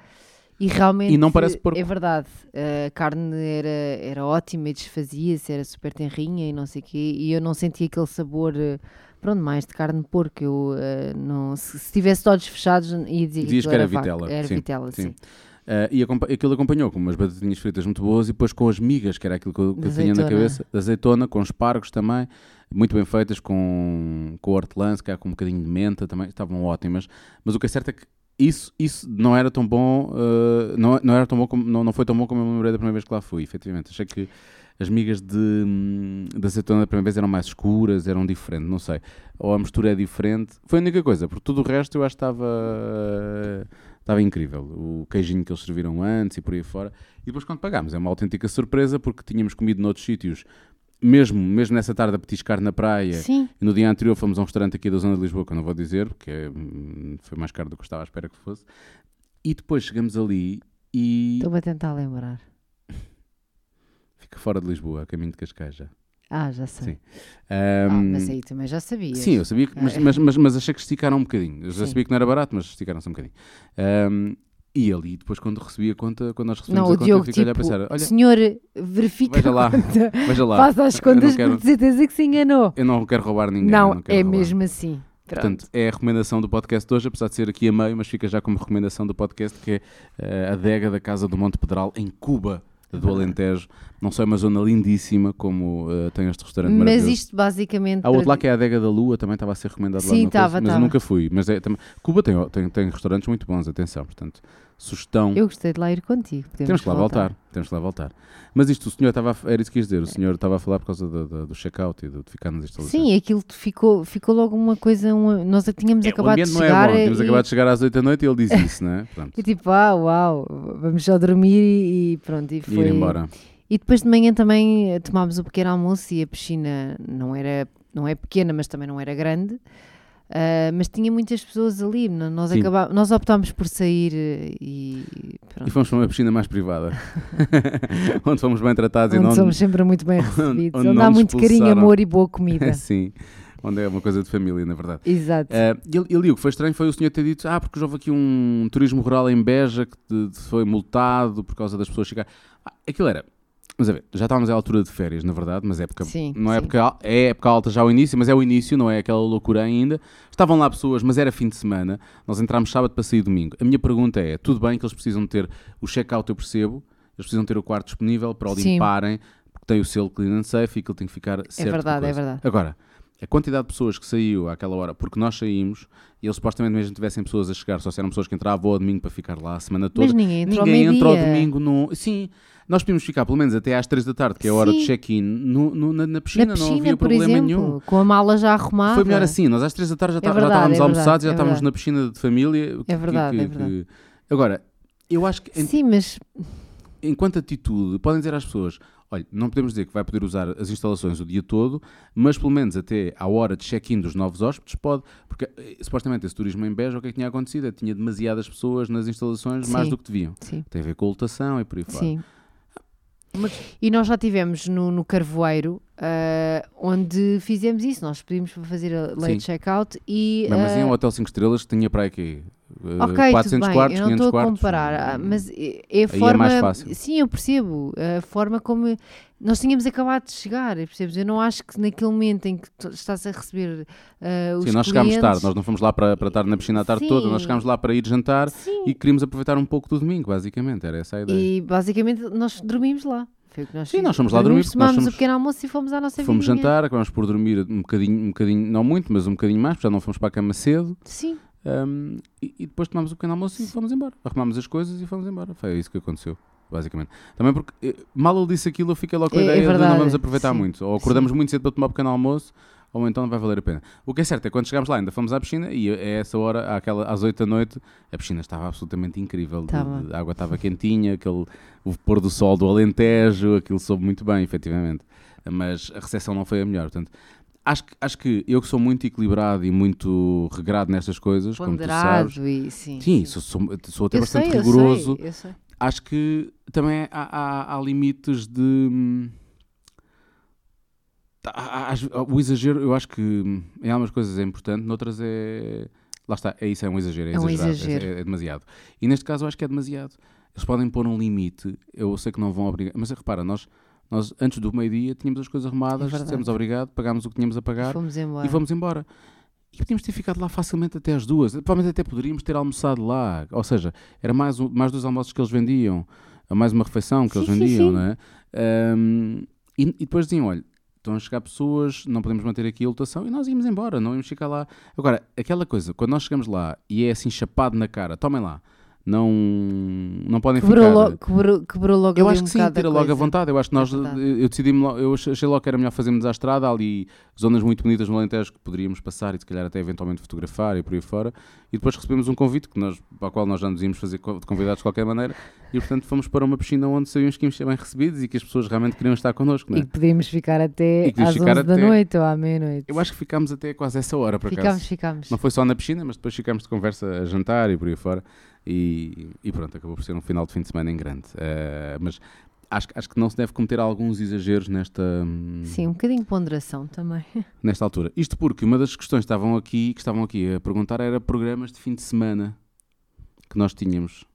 [SPEAKER 1] E realmente.
[SPEAKER 2] E não parece porco.
[SPEAKER 1] É verdade. Eh, A carne era, era ótima e desfazia-se, era super tenrinha e não sei o quê. E eu não sentia aquele sabor. eh, Pronto, mais de carne de porco. Eu, eh, não, se, se tivesse de olhos fechados, ia dizer
[SPEAKER 2] Dizias
[SPEAKER 1] aquilo
[SPEAKER 2] que era
[SPEAKER 1] vaca.
[SPEAKER 2] vitela,
[SPEAKER 1] Era
[SPEAKER 2] sim,
[SPEAKER 1] vitela, sim.
[SPEAKER 2] sim. Ah, e acompa- aquilo acompanhou com umas batatinhas fritas muito boas e depois com as migas, que era aquilo que eu, que eu
[SPEAKER 1] Da
[SPEAKER 2] tinha na
[SPEAKER 1] azeitona.
[SPEAKER 2] cabeça, da azeitona, com espargos também, muito bem feitas, com, com hortelã, se calhar com um bocadinho de menta também, estavam ótimas. Mas o que é certo é que isso, isso não era eh, tão bom, ah, não, não era tão bom como, não, não foi tão bom como eu me lembrei da primeira vez que lá fui, efetivamente. Achei que As migas de, hum, de azeitona da primeira vez eram mais escuras, eram diferentes, não sei. Ou a mistura é diferente. Foi a única coisa, porque tudo o resto eu acho que estava, estava incrível. O queijinho que eles serviram antes e por aí fora. E depois quando pagámos, é uma autêntica surpresa, porque tínhamos comido noutros sítios, mesmo, mesmo nessa tarde a petiscar na praia.
[SPEAKER 1] Sim.
[SPEAKER 2] E no dia anterior fomos a um restaurante aqui da zona de Lisboa, que eu não vou dizer, porque hum, foi mais caro do que eu estava à espera que fosse. E depois chegamos ali e
[SPEAKER 1] Estou-me a tentar lembrar.
[SPEAKER 2] fica fora de Lisboa, a caminho de Hum, Cascais já.
[SPEAKER 1] Ah, já sei.
[SPEAKER 2] Sim. Ahm,
[SPEAKER 1] Ah, mas aí também já sabias.
[SPEAKER 2] Sim, eu sabia, que, mas, mas, mas, mas achei que esticaram um bocadinho. Eu já
[SPEAKER 1] Sim.
[SPEAKER 2] sabia que não era barato, mas esticaram-se um bocadinho. Ahm, e ali, depois, quando recebi a conta, quando nós recebemos
[SPEAKER 1] Não,
[SPEAKER 2] a
[SPEAKER 1] o
[SPEAKER 2] conta,
[SPEAKER 1] Diogo,
[SPEAKER 2] eu
[SPEAKER 1] tipo,
[SPEAKER 2] fiquei a olhar e pensar: olha,
[SPEAKER 1] senhor, verifica
[SPEAKER 2] veja lá,
[SPEAKER 1] a conta.
[SPEAKER 2] veja lá.
[SPEAKER 1] Faça as
[SPEAKER 2] eu
[SPEAKER 1] contas
[SPEAKER 2] não quero-
[SPEAKER 1] por certeza que se enganou.
[SPEAKER 2] Eu não quero roubar ninguém. eu
[SPEAKER 1] não,
[SPEAKER 2] quero
[SPEAKER 1] é
[SPEAKER 2] roubar.
[SPEAKER 1] mesmo assim. Pronto.
[SPEAKER 2] Portanto, é a recomendação do podcast de hoje, apesar de ser aqui a meio, mas fica já como recomendação do podcast, que é eh, a adega da Casa do Monte Pedral, em Cuba, do Alentejo. Não só é uma zona lindíssima, como eh, tem este restaurante
[SPEAKER 1] Mas
[SPEAKER 2] maravilhoso.
[SPEAKER 1] isto basicamente.
[SPEAKER 2] Há outro
[SPEAKER 1] para
[SPEAKER 2] lá
[SPEAKER 1] ti-
[SPEAKER 2] que é a Adega da Lua, também estava a ser recomendado lá
[SPEAKER 1] Sim,
[SPEAKER 2] numa
[SPEAKER 1] estava,
[SPEAKER 2] coisa, mas eu
[SPEAKER 1] estava.
[SPEAKER 2] nunca fui. Mas é também- Cuba tem, tem, tem restaurantes muito bons, atenção, portanto, sugestão.
[SPEAKER 1] Eu gostei de lá ir contigo. Podemos
[SPEAKER 2] Temos que lá voltar. temos que lá voltar. Mas isto, o senhor estava a, era isso que quis
[SPEAKER 1] É.
[SPEAKER 2] dizer, o senhor estava a falar por causa do, do, do check-out e do, de ficar nas instalações.
[SPEAKER 1] Sim, aquilo ficou, ficou logo uma coisa. uma- Nós tínhamos
[SPEAKER 2] É, o
[SPEAKER 1] acabado de
[SPEAKER 2] ambiente não
[SPEAKER 1] chegar.
[SPEAKER 2] é bom, tínhamos
[SPEAKER 1] e-
[SPEAKER 2] acabado de chegar às 8 da noite e ele diz isso, não é? Pronto,
[SPEAKER 1] e tipo, ah, uau, vamos só dormir e, e pronto. E
[SPEAKER 2] e
[SPEAKER 1] foi.
[SPEAKER 2] ir embora.
[SPEAKER 1] E depois de manhã também eh, tomámos o pequeno almoço e a piscina não era não é pequena, mas também não era grande. Ah, mas tinha muitas pessoas ali. no- Nós,
[SPEAKER 2] Sim.
[SPEAKER 1] acabá- nós optámos por sair eh, e e
[SPEAKER 2] E
[SPEAKER 1] pronto.
[SPEAKER 2] fomos para uma piscina mais privada, onde fomos bem tratados
[SPEAKER 1] onde
[SPEAKER 2] e não...
[SPEAKER 1] somos sempre muito bem recebidos.
[SPEAKER 2] onde
[SPEAKER 1] Onde,
[SPEAKER 2] não
[SPEAKER 1] há
[SPEAKER 2] nos
[SPEAKER 1] muito carinho,
[SPEAKER 2] expulsaram.
[SPEAKER 1] amor e boa comida.
[SPEAKER 2] Sim, onde é uma coisa de família, na verdade.
[SPEAKER 1] Exato.
[SPEAKER 2] Ah, ele, ele- o que foi estranho foi o senhor ter dito: Ah, porque houve aqui um turismo rural em Beja que te- te foi multado por causa das pessoas chegarem. Ah, aquilo era. Vamos a ver, já estávamos à altura de férias, na verdade, mas é época.
[SPEAKER 1] Sim,
[SPEAKER 2] não é
[SPEAKER 1] sim.
[SPEAKER 2] época, al- é época alta já o início, mas é o início, não é aquela loucura ainda. Estavam lá pessoas, mas era fim de semana. Nós entrámos sábado para sair domingo. A minha pergunta é: tudo bem que eles precisam ter o check-out, eu percebo, eles precisam ter o quarto disponível para o
[SPEAKER 1] Sim.
[SPEAKER 2] limparem, porque tem o selo clean and safe e aquilo tem que ficar certo. com
[SPEAKER 1] verdade, é
[SPEAKER 2] coisa.
[SPEAKER 1] verdade.
[SPEAKER 2] Agora, a quantidade de pessoas que saiu àquela hora, porque nós saímos, e eles supostamente mesmo tivessem pessoas a chegar, só se eram pessoas que entravam ao domingo para ficar lá a semana toda.
[SPEAKER 1] mas ninguém entrou
[SPEAKER 2] Ninguém
[SPEAKER 1] ao
[SPEAKER 2] entra ao
[SPEAKER 1] meio-dia.
[SPEAKER 2] domingo no. Sim, nós podíamos ficar pelo menos até às 3 da tarde, que é a hora de
[SPEAKER 1] Sim.
[SPEAKER 2] check-in, no- no- na, na piscina,
[SPEAKER 1] Na
[SPEAKER 2] não
[SPEAKER 1] piscina,
[SPEAKER 2] havia
[SPEAKER 1] por
[SPEAKER 2] problema
[SPEAKER 1] exemplo,
[SPEAKER 2] nenhum.
[SPEAKER 1] com a mala já arrumada.
[SPEAKER 2] Foi melhor assim, nós às 3 da tarde já, tá- já
[SPEAKER 1] verdade,
[SPEAKER 2] estávamos
[SPEAKER 1] é verdade,
[SPEAKER 2] almoçados, já
[SPEAKER 1] é
[SPEAKER 2] estávamos
[SPEAKER 1] verdade.
[SPEAKER 2] na piscina de família. que-
[SPEAKER 1] verdade,
[SPEAKER 2] que-
[SPEAKER 1] é verdade.
[SPEAKER 2] que- Agora, eu acho que em-
[SPEAKER 1] Sim, mas
[SPEAKER 2] enquanto atitude, podem dizer às pessoas: olha, não podemos dizer que vai poder usar as instalações o dia todo, mas pelo menos até à hora de check-in dos novos hóspedes pode, porque eh, supostamente esse turismo em Beja, o que é que tinha acontecido? É que tinha demasiadas pessoas nas instalações, mais
[SPEAKER 1] Sim.
[SPEAKER 2] do que deviam.
[SPEAKER 1] sim,
[SPEAKER 2] Tem a ver com a lotação e por aí fora.
[SPEAKER 1] sim.
[SPEAKER 2] Mas-
[SPEAKER 1] E nós já tivemos no, no Carvoeiro, ah, onde fizemos isso. Nós pedimos para fazer a late
[SPEAKER 2] Sim.
[SPEAKER 1] check-out e.
[SPEAKER 2] Não, mas
[SPEAKER 1] ah,
[SPEAKER 2] em um hotel 5 estrelas que tinha para aí que eh,
[SPEAKER 1] Ok,
[SPEAKER 2] 400
[SPEAKER 1] tudo bem,
[SPEAKER 2] quartos,
[SPEAKER 1] eu não
[SPEAKER 2] 500
[SPEAKER 1] estou a
[SPEAKER 2] quartos.
[SPEAKER 1] comparar, ah,
[SPEAKER 2] hum,
[SPEAKER 1] mas é é a
[SPEAKER 2] mais
[SPEAKER 1] forma.
[SPEAKER 2] fácil.
[SPEAKER 1] Sim, eu percebo. A forma como. Nós tínhamos acabado de chegar, percebes? Eu não acho que naquele momento em que tu estás a receber ah, os
[SPEAKER 2] Sim, nós chegámos
[SPEAKER 1] clientes...
[SPEAKER 2] tarde, nós não fomos lá para, para estar na piscina a tarde
[SPEAKER 1] Sim.
[SPEAKER 2] toda, nós chegámos lá para ir jantar
[SPEAKER 1] Sim,
[SPEAKER 2] e queríamos aproveitar um pouco do domingo, basicamente, era essa a ideia.
[SPEAKER 1] e basicamente nós dormimos lá. Foi o que nós
[SPEAKER 2] Sim,
[SPEAKER 1] fizemos.
[SPEAKER 2] nós fomos lá dormir,
[SPEAKER 1] dormimos,
[SPEAKER 2] porque nós
[SPEAKER 1] tomámos
[SPEAKER 2] fomos-
[SPEAKER 1] o pequeno almoço e fomos à nossa
[SPEAKER 2] Fomos
[SPEAKER 1] vidinha.
[SPEAKER 2] jantar, acabámos por dormir um bocadinho, um bocadinho, não muito, mas um bocadinho mais, porque já não fomos para a cama cedo.
[SPEAKER 1] Sim,
[SPEAKER 2] hum, e, e depois tomámos o pequeno almoço e fomos embora. Arrumámos as coisas e fomos embora. Foi isso que aconteceu, basicamente. Também porque eh, mal ele disse aquilo, eu fiquei logo com a
[SPEAKER 1] É- é
[SPEAKER 2] ideia de não
[SPEAKER 1] verdade,
[SPEAKER 2] vamos aproveitar
[SPEAKER 1] sim,
[SPEAKER 2] muito. Ou acordamos muito cedo para tomar o pequeno almoço, ou então não vai valer a pena. O que é certo é que quando chegámos lá ainda fomos à piscina e eh, a essa hora, àquela, às 8 da noite, a piscina estava absolutamente incrível. de-
[SPEAKER 1] Estava.
[SPEAKER 2] de- a água estava quentinha, aquele, o pôr do sol do Alentejo, aquilo soube muito bem, efetivamente. Mas a recepção não foi a melhor, portanto... Acho que, acho que eu que sou muito equilibrado e muito regrado nestas coisas, como tu sabes.
[SPEAKER 1] ponderado e sim.
[SPEAKER 2] Sim, sou, sou, sou até
[SPEAKER 1] eu
[SPEAKER 2] bastante
[SPEAKER 1] sei, eu
[SPEAKER 2] rigoroso
[SPEAKER 1] sei, eu sei.
[SPEAKER 2] acho que também há, há- há limites de. hum, tá- há- há- às- o exagero, eu acho que hum, em algumas coisas é importante, noutras é. Lá está, é isso, é um exagero, é,
[SPEAKER 1] É um
[SPEAKER 2] exagerado,
[SPEAKER 1] exagero.
[SPEAKER 2] É, é demasiado. E neste caso eu acho que é demasiado. Eles podem pôr um limite, eu sei que não vão obrigar, mas repara, nós, nós antes do meio-dia tínhamos as coisas arrumadas,
[SPEAKER 1] É verdade.
[SPEAKER 2] dissemos obrigado, pagámos o que tínhamos a
[SPEAKER 1] E
[SPEAKER 2] pagar
[SPEAKER 1] fomos embora.
[SPEAKER 2] e fomos embora. E podíamos ter ficado lá facilmente até às duas. Provavelmente até poderíamos ter almoçado lá. Ou seja, era mais, um- mais dois almoços que eles vendiam, mais uma refeição que eles
[SPEAKER 1] Sim, sim,
[SPEAKER 2] vendiam,
[SPEAKER 1] sim.
[SPEAKER 2] não é? Ahm, e, e depois diziam: olha, estão a chegar pessoas, não podemos manter aqui a lotação, e nós íamos embora, não íamos ficar lá. Agora, aquela coisa, quando nós chegamos lá e é assim chapado na cara, tomem lá. não, não podem
[SPEAKER 1] Quebrou,
[SPEAKER 2] ficar.
[SPEAKER 1] lo- quebrou, quebrou logo
[SPEAKER 2] Eu
[SPEAKER 1] ali
[SPEAKER 2] acho
[SPEAKER 1] um
[SPEAKER 2] que sim,
[SPEAKER 1] bocado
[SPEAKER 2] tira
[SPEAKER 1] a
[SPEAKER 2] logo a
[SPEAKER 1] coisa.
[SPEAKER 2] vontade. Eu acho que nós, eh,
[SPEAKER 1] É verdade.
[SPEAKER 2] eu decidi, eu achei logo que era melhor fazermos à estrada, há ali zonas muito bonitas no Alentejo que poderíamos passar e se calhar até eventualmente fotografar e por aí fora. E depois recebemos um convite que nós, para o qual nós já nos íamos fazer co- de convidados de qualquer maneira e portanto fomos para uma piscina onde sabíamos que íamos ser bem recebidos e que as pessoas realmente queriam estar connosco. não é?
[SPEAKER 1] E que podíamos ficar até
[SPEAKER 2] E que podíamos
[SPEAKER 1] às
[SPEAKER 2] ficar
[SPEAKER 1] 11 da
[SPEAKER 2] até-
[SPEAKER 1] noite ou à meia-noite.
[SPEAKER 2] Eu acho que ficámos até quase essa hora, por acaso.
[SPEAKER 1] Ficámos, ficámos.
[SPEAKER 2] Não foi só na piscina, mas depois ficámos de conversa a jantar e por aí fora. E, e pronto, acabou por ser um final de fim de semana em grande. Eh, mas acho, que- acho que não se deve cometer alguns exageros nesta, hum,
[SPEAKER 1] Sim, um bocadinho de ponderação também.
[SPEAKER 2] nesta altura. Isto porque uma das questões que estavam, aqui, que estavam aqui a perguntar era programas de fim de semana que nós tínhamos.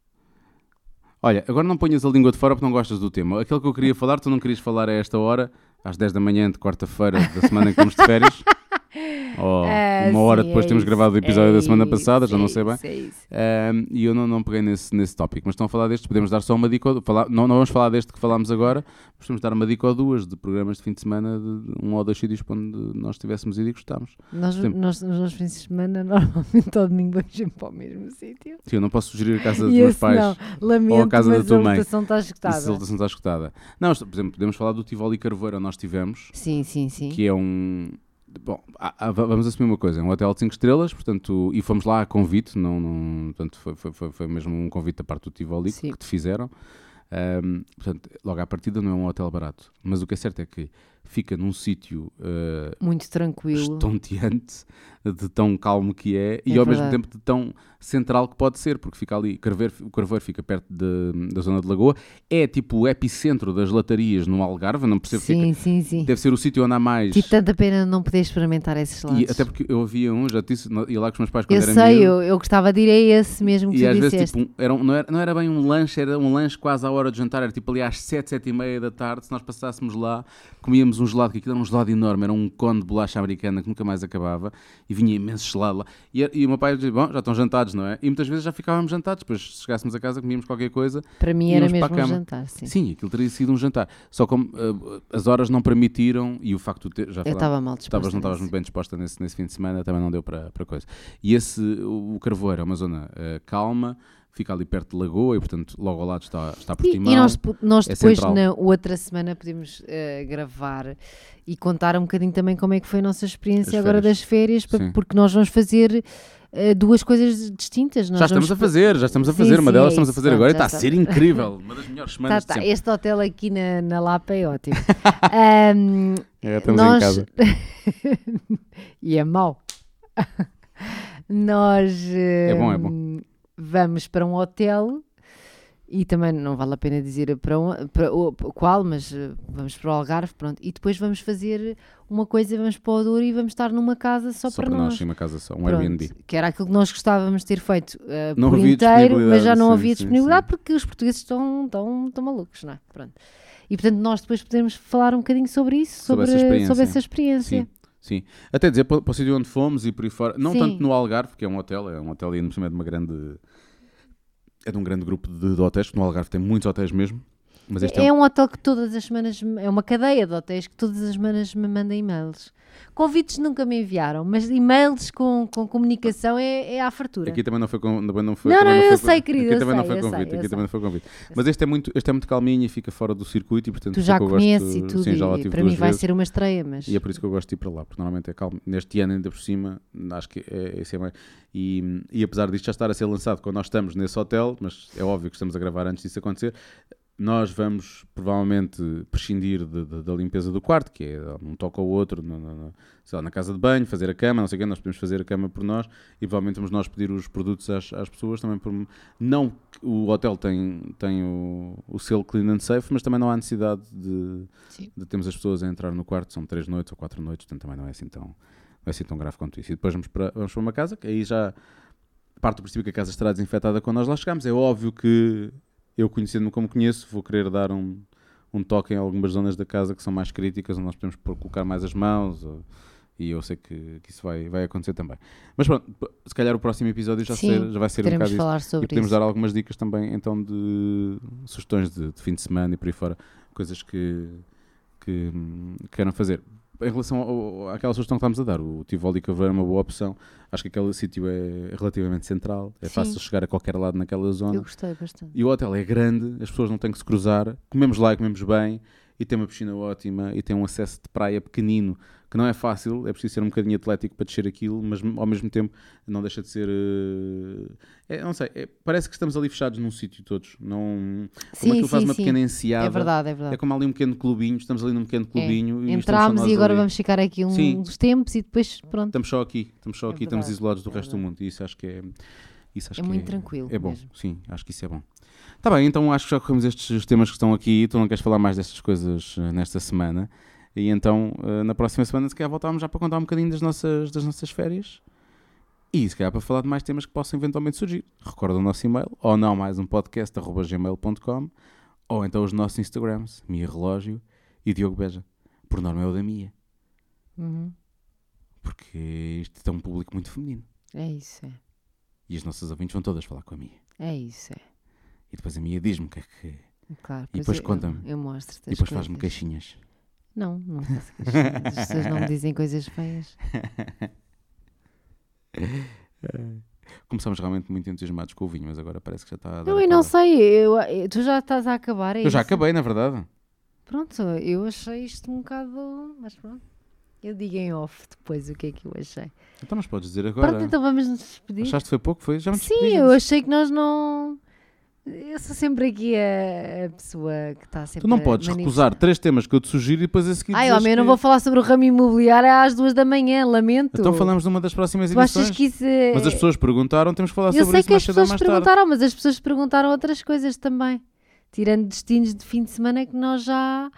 [SPEAKER 2] Olha, agora não ponhas a língua de fora porque não gostas do tema. Aquilo que eu queria falar, tu não querias falar a esta hora, às 10 da manhã de quarta-feira da semana em que estamos de férias. Ou
[SPEAKER 1] Ah,
[SPEAKER 2] uma hora
[SPEAKER 1] sim,
[SPEAKER 2] depois
[SPEAKER 1] é
[SPEAKER 2] de termos
[SPEAKER 1] isso,
[SPEAKER 2] gravado o episódio
[SPEAKER 1] é
[SPEAKER 2] da semana
[SPEAKER 1] isso,
[SPEAKER 2] passada, já
[SPEAKER 1] é
[SPEAKER 2] não sei bem.
[SPEAKER 1] isso, é isso.
[SPEAKER 2] Um, e eu não, não peguei nesse, nesse tópico, mas estão a falar deste, podemos dar só uma dica, ou- falar, não, não vamos falar deste que falámos agora, mas podemos dar uma dica ou duas de programas de fim de semana, de, de um ou dois sítios para onde nós tivéssemos ido e gostámos.
[SPEAKER 1] Nós,
[SPEAKER 2] Sempre.
[SPEAKER 1] nós, nos nossos fins de semana, normalmente ao domingo vamos sempre para o mesmo sítio.
[SPEAKER 2] Sim, eu não posso sugerir a casa dos
[SPEAKER 1] E
[SPEAKER 2] meus
[SPEAKER 1] esse
[SPEAKER 2] pais.
[SPEAKER 1] não. Tá Lamento,
[SPEAKER 2] casa da
[SPEAKER 1] mas
[SPEAKER 2] tua
[SPEAKER 1] a
[SPEAKER 2] mãe.
[SPEAKER 1] votação está
[SPEAKER 2] E se a
[SPEAKER 1] esgotada.
[SPEAKER 2] lotação está escutada. Não, isto- por exemplo, podemos falar do Tivoli Carveiro, onde nós tivemos,
[SPEAKER 1] Sim, sim, sim.
[SPEAKER 2] que é um. Bom, há- há- va- vamos assumir uma coisa: é um hotel de 5 estrelas, portanto, e fomos lá a convite, não, não, portanto, foi, foi- foi- foi mesmo um convite da parte do Tivoli
[SPEAKER 1] Sim.
[SPEAKER 2] que te fizeram. Ahm, portanto, logo à partida não é um hotel barato, mas o que é certo é que fica num sítio ah,
[SPEAKER 1] Muito tranquilo.
[SPEAKER 2] estonteante, de tão calmo que é, e
[SPEAKER 1] É
[SPEAKER 2] ao mesmo
[SPEAKER 1] verdade.
[SPEAKER 2] tempo de tão central que pode ser, porque fica ali, Carveiro, o Carveiro fica perto de- da zona de Lagoa, é tipo o epicentro das latarias no Algarve, não percebo porque é
[SPEAKER 1] Sim,
[SPEAKER 2] que-
[SPEAKER 1] sim, sim.
[SPEAKER 2] Deve ser o sítio onde há mais.
[SPEAKER 1] Tive tanta pena não poder experimentar esses lados.
[SPEAKER 2] E até porque eu havia um, já te disse, no- ia lá com os meus pais quando
[SPEAKER 1] Eu
[SPEAKER 2] era
[SPEAKER 1] sei,
[SPEAKER 2] miúdo,
[SPEAKER 1] eu, eu gostava de ir a esse mesmo que
[SPEAKER 2] E
[SPEAKER 1] tu
[SPEAKER 2] às
[SPEAKER 1] disseste.
[SPEAKER 2] vezes, tipo, um- era um- não, era, não era bem um lanche, era um lanche quase à hora de jantar, era tipo ali às 7, 7 e meia da tarde. Se nós passássemos lá, comíamos um gelado, que aquilo era um gelado enorme, era um cone de bolacha americana que nunca mais acabava, e vinha imenso gelado lá. E, era- e o meu pai dizia: Bom, já estão jantados, não é? E muitas vezes já ficávamos jantados, depois se chegássemos a casa, comíamos qualquer coisa.
[SPEAKER 1] Para mim era
[SPEAKER 2] tipo, íamos para
[SPEAKER 1] mesmo
[SPEAKER 2] a
[SPEAKER 1] um
[SPEAKER 2] cama.
[SPEAKER 1] jantar, sim.
[SPEAKER 2] Sim, aquilo teria sido um jantar. Só como ah, as horas não permitiram, e o facto de ter. Já
[SPEAKER 1] eu
[SPEAKER 2] falámos-
[SPEAKER 1] estava mal disposta.
[SPEAKER 2] Estavas, não estavas
[SPEAKER 1] nisso.
[SPEAKER 2] muito bem disposta nesse, nesse fim de semana, também não deu para, para coisa. E esse, o, o Carvoeiro é uma zona eh, calma, fica ali perto de Lagoa e, portanto, logo ao lado está, está
[SPEAKER 1] E,
[SPEAKER 2] Portimão.
[SPEAKER 1] e nós, po- nós
[SPEAKER 2] é
[SPEAKER 1] depois,
[SPEAKER 2] central.
[SPEAKER 1] na outra semana, podemos eh, gravar e contar um bocadinho também como é que foi a nossa experiência
[SPEAKER 2] As
[SPEAKER 1] agora
[SPEAKER 2] férias.
[SPEAKER 1] das férias, pa-
[SPEAKER 2] Sim.
[SPEAKER 1] porque nós vamos fazer eh, duas coisas distintas. Nós
[SPEAKER 2] já estamos
[SPEAKER 1] vamos
[SPEAKER 2] a fazer, já estamos a
[SPEAKER 1] Sim,
[SPEAKER 2] fazer. uma
[SPEAKER 1] sim,
[SPEAKER 2] delas
[SPEAKER 1] é
[SPEAKER 2] estamos a
[SPEAKER 1] isso,
[SPEAKER 2] fazer
[SPEAKER 1] pronto,
[SPEAKER 2] agora e
[SPEAKER 1] já
[SPEAKER 2] está a
[SPEAKER 1] está.
[SPEAKER 2] ser incrível. Uma das melhores semanas
[SPEAKER 1] Tá, tá,
[SPEAKER 2] de sempre.
[SPEAKER 1] Este hotel aqui na, na Lapa é ótimo. Ahm,
[SPEAKER 2] É, estamos
[SPEAKER 1] nós...
[SPEAKER 2] em casa.
[SPEAKER 1] e é mau. nós
[SPEAKER 2] bom, é bom.
[SPEAKER 1] ahm, vamos para um hotel e também não vale a pena dizer para, um, para o- para qual, mas eh, vamos para o Algarve, pronto. E depois vamos fazer uma coisa, vamos para o Douro e vamos estar numa casa só,
[SPEAKER 2] Só para nós, sim, uma casa só, um
[SPEAKER 1] Pronto,
[SPEAKER 2] Airbnb.
[SPEAKER 1] que era aquilo que nós gostávamos de ter feito eh,
[SPEAKER 2] Não
[SPEAKER 1] por
[SPEAKER 2] havia
[SPEAKER 1] inteiro, mas já
[SPEAKER 2] disponibilidade,
[SPEAKER 1] não
[SPEAKER 2] sim,
[SPEAKER 1] havia
[SPEAKER 2] sim,
[SPEAKER 1] disponibilidade porque os portugueses estão, estão, estão malucos, não é? Pronto. E portanto, nós depois podemos falar um bocadinho sobre isso, sobre,
[SPEAKER 2] Sobre essa experiência.
[SPEAKER 1] sobre essa experiência.
[SPEAKER 2] Sim, sim. Até dizer para, para o sítio onde fomos e por aí fora. Não
[SPEAKER 1] Sim.
[SPEAKER 2] tanto no Algarve, que é um hotel, é um hotel ali por cima de uma grande. É de um grande grupo de, de hotéis, porque no Algarve tem muitos hotéis mesmo. Mas este é, um-
[SPEAKER 1] É um hotel que todas as semanas, me- é uma cadeia de hotéis que todas as semanas me manda e-mails. Convites nunca me enviaram, mas e-mails com, com comunicação é, é à fartura.
[SPEAKER 2] Aqui também não foi convite. Não, não, foi,
[SPEAKER 1] Não,
[SPEAKER 2] também
[SPEAKER 1] não, eu
[SPEAKER 2] foi,
[SPEAKER 1] sei,
[SPEAKER 2] convite.
[SPEAKER 1] querido,
[SPEAKER 2] Aqui
[SPEAKER 1] eu
[SPEAKER 2] também não
[SPEAKER 1] sei,
[SPEAKER 2] foi
[SPEAKER 1] eu sei,
[SPEAKER 2] convite.
[SPEAKER 1] eu
[SPEAKER 2] aqui
[SPEAKER 1] sei.
[SPEAKER 2] também não foi convite. Mas este é, muito, este é muito calminho e fica fora do circuito e portanto
[SPEAKER 1] tu
[SPEAKER 2] por
[SPEAKER 1] já
[SPEAKER 2] isso é que eu
[SPEAKER 1] conheces
[SPEAKER 2] gosto,
[SPEAKER 1] e tudo,
[SPEAKER 2] Sim, já lá
[SPEAKER 1] e
[SPEAKER 2] tive
[SPEAKER 1] para mim
[SPEAKER 2] duas
[SPEAKER 1] vai
[SPEAKER 2] vezes,
[SPEAKER 1] ser uma estreia, mas
[SPEAKER 2] E é por isso que eu gosto de ir para lá, porque normalmente é calmo. Neste ano, ainda por cima, acho que é, esse é mais. E, e apesar disto já estar a ser lançado quando nós estamos nesse hotel, mas é óbvio que estamos a gravar antes disso acontecer, nós vamos provavelmente prescindir de- de- da limpeza do quarto, que é um toque ao outro, na, na- na- sei lá, na casa de banho, fazer a cama, não sei o quê, nós podemos fazer a cama por nós e provavelmente vamos nós pedir os produtos às, às pessoas também. Por, não que o hotel tem, tem o, o selo clean and safe, mas também não há necessidade de,
[SPEAKER 1] Sim.
[SPEAKER 2] de termos as pessoas a entrar no quarto, são três noites ou quatro noites, portanto também não é assim tão, não é assim tão grave quanto isso. E depois vamos para, vamos para uma casa, que aí já parte do princípio que a casa estará desinfetada quando nós lá chegamos. É óbvio que eu conhecendo-me como conheço, vou querer dar um, um toque em algumas zonas da casa que são mais críticas, onde nós podemos pôr, colocar mais as mãos, ou- e eu sei que, que isso vai, vai acontecer também. Mas pronto, p- se calhar o próximo episódio já,
[SPEAKER 1] Sim,
[SPEAKER 2] ser- já vai ser um
[SPEAKER 1] teremos
[SPEAKER 2] bocado
[SPEAKER 1] de
[SPEAKER 2] isso.
[SPEAKER 1] falar
[SPEAKER 2] E
[SPEAKER 1] sobre
[SPEAKER 2] podemos
[SPEAKER 1] isso.
[SPEAKER 2] dar algumas dicas também, então, de sugestões de, de fim de semana e por aí fora, coisas que, que hum, queiram fazer. em relação ao, àquela sugestão que estávamos a dar, o Tivoli Cavaleiro é uma boa opção. Acho que aquele sítio é relativamente central, é
[SPEAKER 1] Sim.
[SPEAKER 2] fácil chegar a qualquer lado naquela
[SPEAKER 1] Eu
[SPEAKER 2] zona.
[SPEAKER 1] gostei bastante.
[SPEAKER 2] E o hotel é grande, as pessoas não têm que se cruzar. Comemos lá e comemos bem, e tem uma piscina ótima, e tem um acesso de praia pequenino, que não é fácil, é preciso ser um bocadinho atlético para descer aquilo, mas ao mesmo tempo não deixa de ser. eh, é, não sei, é- parece que estamos ali fechados num sítio todos. Não, como
[SPEAKER 1] sim,
[SPEAKER 2] aquilo faz
[SPEAKER 1] sim,
[SPEAKER 2] uma
[SPEAKER 1] sim.
[SPEAKER 2] pequena enseada.
[SPEAKER 1] É verdade, é verdade.
[SPEAKER 2] É como ali um pequeno clubinho, estamos ali num pequeno clubinho. e estamos só
[SPEAKER 1] Entramos
[SPEAKER 2] nós
[SPEAKER 1] e agora
[SPEAKER 2] ali.
[SPEAKER 1] vamos ficar aqui um
[SPEAKER 2] Sim.
[SPEAKER 1] dos tempos e depois pronto.
[SPEAKER 2] Estamos só aqui, estamos só
[SPEAKER 1] É
[SPEAKER 2] aqui, estamos
[SPEAKER 1] verdade,
[SPEAKER 2] isolados do
[SPEAKER 1] é
[SPEAKER 2] resto do mundo. E isso acho que é. Isso acho
[SPEAKER 1] É
[SPEAKER 2] que
[SPEAKER 1] muito tranquilo
[SPEAKER 2] É bom,
[SPEAKER 1] mesmo.
[SPEAKER 2] sim, acho que isso é bom. Está bem, então acho que já corremos estes os temas que estão aqui. Tu não queres falar mais destas coisas eh, nesta semana. E então, eh, na próxima semana, se calhar voltámos já para contar um bocadinho das nossas, das nossas férias. E se calhar para falar de mais temas que possam eventualmente surgir. Recorda o nosso e-mail, ou não, mais um podcast, arroba gmail.com, ou então os nossos Instagrams, Mia Relógio e Diogo Beja. Por norma é o da Mia,
[SPEAKER 1] Uhum.
[SPEAKER 2] porque isto é um público muito feminino.
[SPEAKER 1] É isso, é.
[SPEAKER 2] E as nossas ouvintes vão todas falar com a Mia.
[SPEAKER 1] É isso, é.
[SPEAKER 2] E depois a Mia diz-me o que é que.
[SPEAKER 1] Claro.
[SPEAKER 2] E
[SPEAKER 1] pois
[SPEAKER 2] depois
[SPEAKER 1] eu-
[SPEAKER 2] conta-me.
[SPEAKER 1] Eu, mostro-te
[SPEAKER 2] e
[SPEAKER 1] as
[SPEAKER 2] depois faz-me
[SPEAKER 1] coisas.
[SPEAKER 2] queixinhas.
[SPEAKER 1] Não, não faço queixinhas. As pessoas não me dizem coisas feias.
[SPEAKER 2] Tá Começámos realmente muito entusiasmados com o vinho, mas agora parece que já está a dar
[SPEAKER 1] Não, eu
[SPEAKER 2] aquela-
[SPEAKER 1] não sei. eu- eu- tu já estás a acabar, é
[SPEAKER 2] tá Eu já
[SPEAKER 1] isso?
[SPEAKER 2] acabei, na verdade.
[SPEAKER 1] Pronto, eu achei isto um bocado. Mas pronto. Eu digo em off depois o que é que eu achei.
[SPEAKER 2] Então, mas podes dizer agora.
[SPEAKER 1] Pronto, então vamos nos despedir.
[SPEAKER 2] Achaste que foi pouco? Foi? Já me
[SPEAKER 1] Sim,
[SPEAKER 2] despediste?
[SPEAKER 1] eu achei que nós não. Eu sou sempre aqui a, a pessoa que está sempre.
[SPEAKER 2] Tu não
[SPEAKER 1] a
[SPEAKER 2] podes
[SPEAKER 1] manif-
[SPEAKER 2] recusar três temas que eu te sugiro e depois a seguir.
[SPEAKER 1] Ai,
[SPEAKER 2] dizes
[SPEAKER 1] homem, eu não
[SPEAKER 2] que-
[SPEAKER 1] vou falar sobre o ramo imobiliário às duas da manhã, lamento.
[SPEAKER 2] Então falamos numa das próximas
[SPEAKER 1] Tu achas
[SPEAKER 2] edições.
[SPEAKER 1] que isso é.
[SPEAKER 2] Mas as pessoas perguntaram, temos que falar
[SPEAKER 1] Eu
[SPEAKER 2] sobre
[SPEAKER 1] sei
[SPEAKER 2] isso
[SPEAKER 1] que
[SPEAKER 2] mais
[SPEAKER 1] as
[SPEAKER 2] cedo ou
[SPEAKER 1] pessoas
[SPEAKER 2] mais tarde.
[SPEAKER 1] perguntaram, mas as pessoas perguntaram outras coisas também. Tirando destinos de fim de semana é que nós já,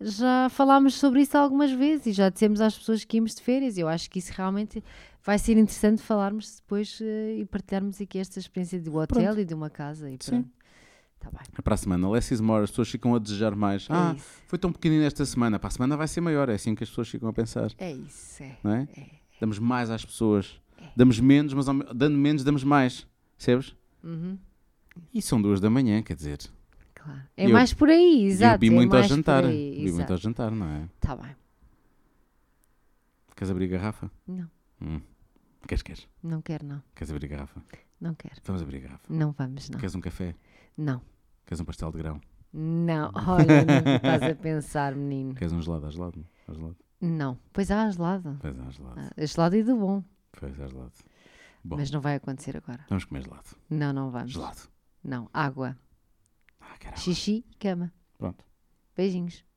[SPEAKER 1] já falámos sobre isso algumas vezes e já dissemos às pessoas que íamos de férias. Eu acho que isso realmente vai ser interessante falarmos depois eh, e partilharmos aqui esta experiência de um hotel e de uma casa. E
[SPEAKER 2] Sim.
[SPEAKER 1] pronto. Tá bem.
[SPEAKER 2] Para a semana, less is more, as pessoas ficam a desejar mais.
[SPEAKER 1] É
[SPEAKER 2] ah,
[SPEAKER 1] isso.
[SPEAKER 2] foi tão pequenino esta semana, para a semana vai ser maior. É assim que as pessoas ficam a pensar.
[SPEAKER 1] É isso. É.
[SPEAKER 2] não é? Damos mais às pessoas. Damos menos, mas ao me- dando menos, damos mais. Percebes?
[SPEAKER 1] Uhum.
[SPEAKER 2] E são duas da manhã, quer dizer.
[SPEAKER 1] Claro. É
[SPEAKER 2] Eu-
[SPEAKER 1] mais por aí,
[SPEAKER 2] E
[SPEAKER 1] exato.
[SPEAKER 2] eu vi muito
[SPEAKER 1] é
[SPEAKER 2] ao
[SPEAKER 1] mais por
[SPEAKER 2] jantar.
[SPEAKER 1] aí,
[SPEAKER 2] vi muito
[SPEAKER 1] exato.
[SPEAKER 2] ao jantar, não é?
[SPEAKER 1] Tá bem.
[SPEAKER 2] Queres abrir a garrafa?
[SPEAKER 1] Não,
[SPEAKER 2] Queres, queres?
[SPEAKER 1] não quero, não.
[SPEAKER 2] Queres abrir a garrafa?
[SPEAKER 1] Não quero.
[SPEAKER 2] Vamos abrir a garrafa.
[SPEAKER 1] Não vamos, não.
[SPEAKER 2] Queres um café?
[SPEAKER 1] Não.
[SPEAKER 2] Queres um pastel de grão?
[SPEAKER 1] Não, olha, no que estás a pensar, menino.
[SPEAKER 2] Queres um gelado? Há gelado? não? Há gelado?
[SPEAKER 1] Não, pois há gelado.
[SPEAKER 2] Pois há gelado.
[SPEAKER 1] Ah, Gelado e do bom,
[SPEAKER 2] Pois há gelado. Bom.
[SPEAKER 1] mas não vai acontecer agora.
[SPEAKER 2] Vamos comer gelado.
[SPEAKER 1] Não, não vamos.
[SPEAKER 2] Gelado.
[SPEAKER 1] Não, água,
[SPEAKER 2] Ah, caralho.
[SPEAKER 1] xixi e cama.
[SPEAKER 2] Pronto.
[SPEAKER 1] Beijinhos.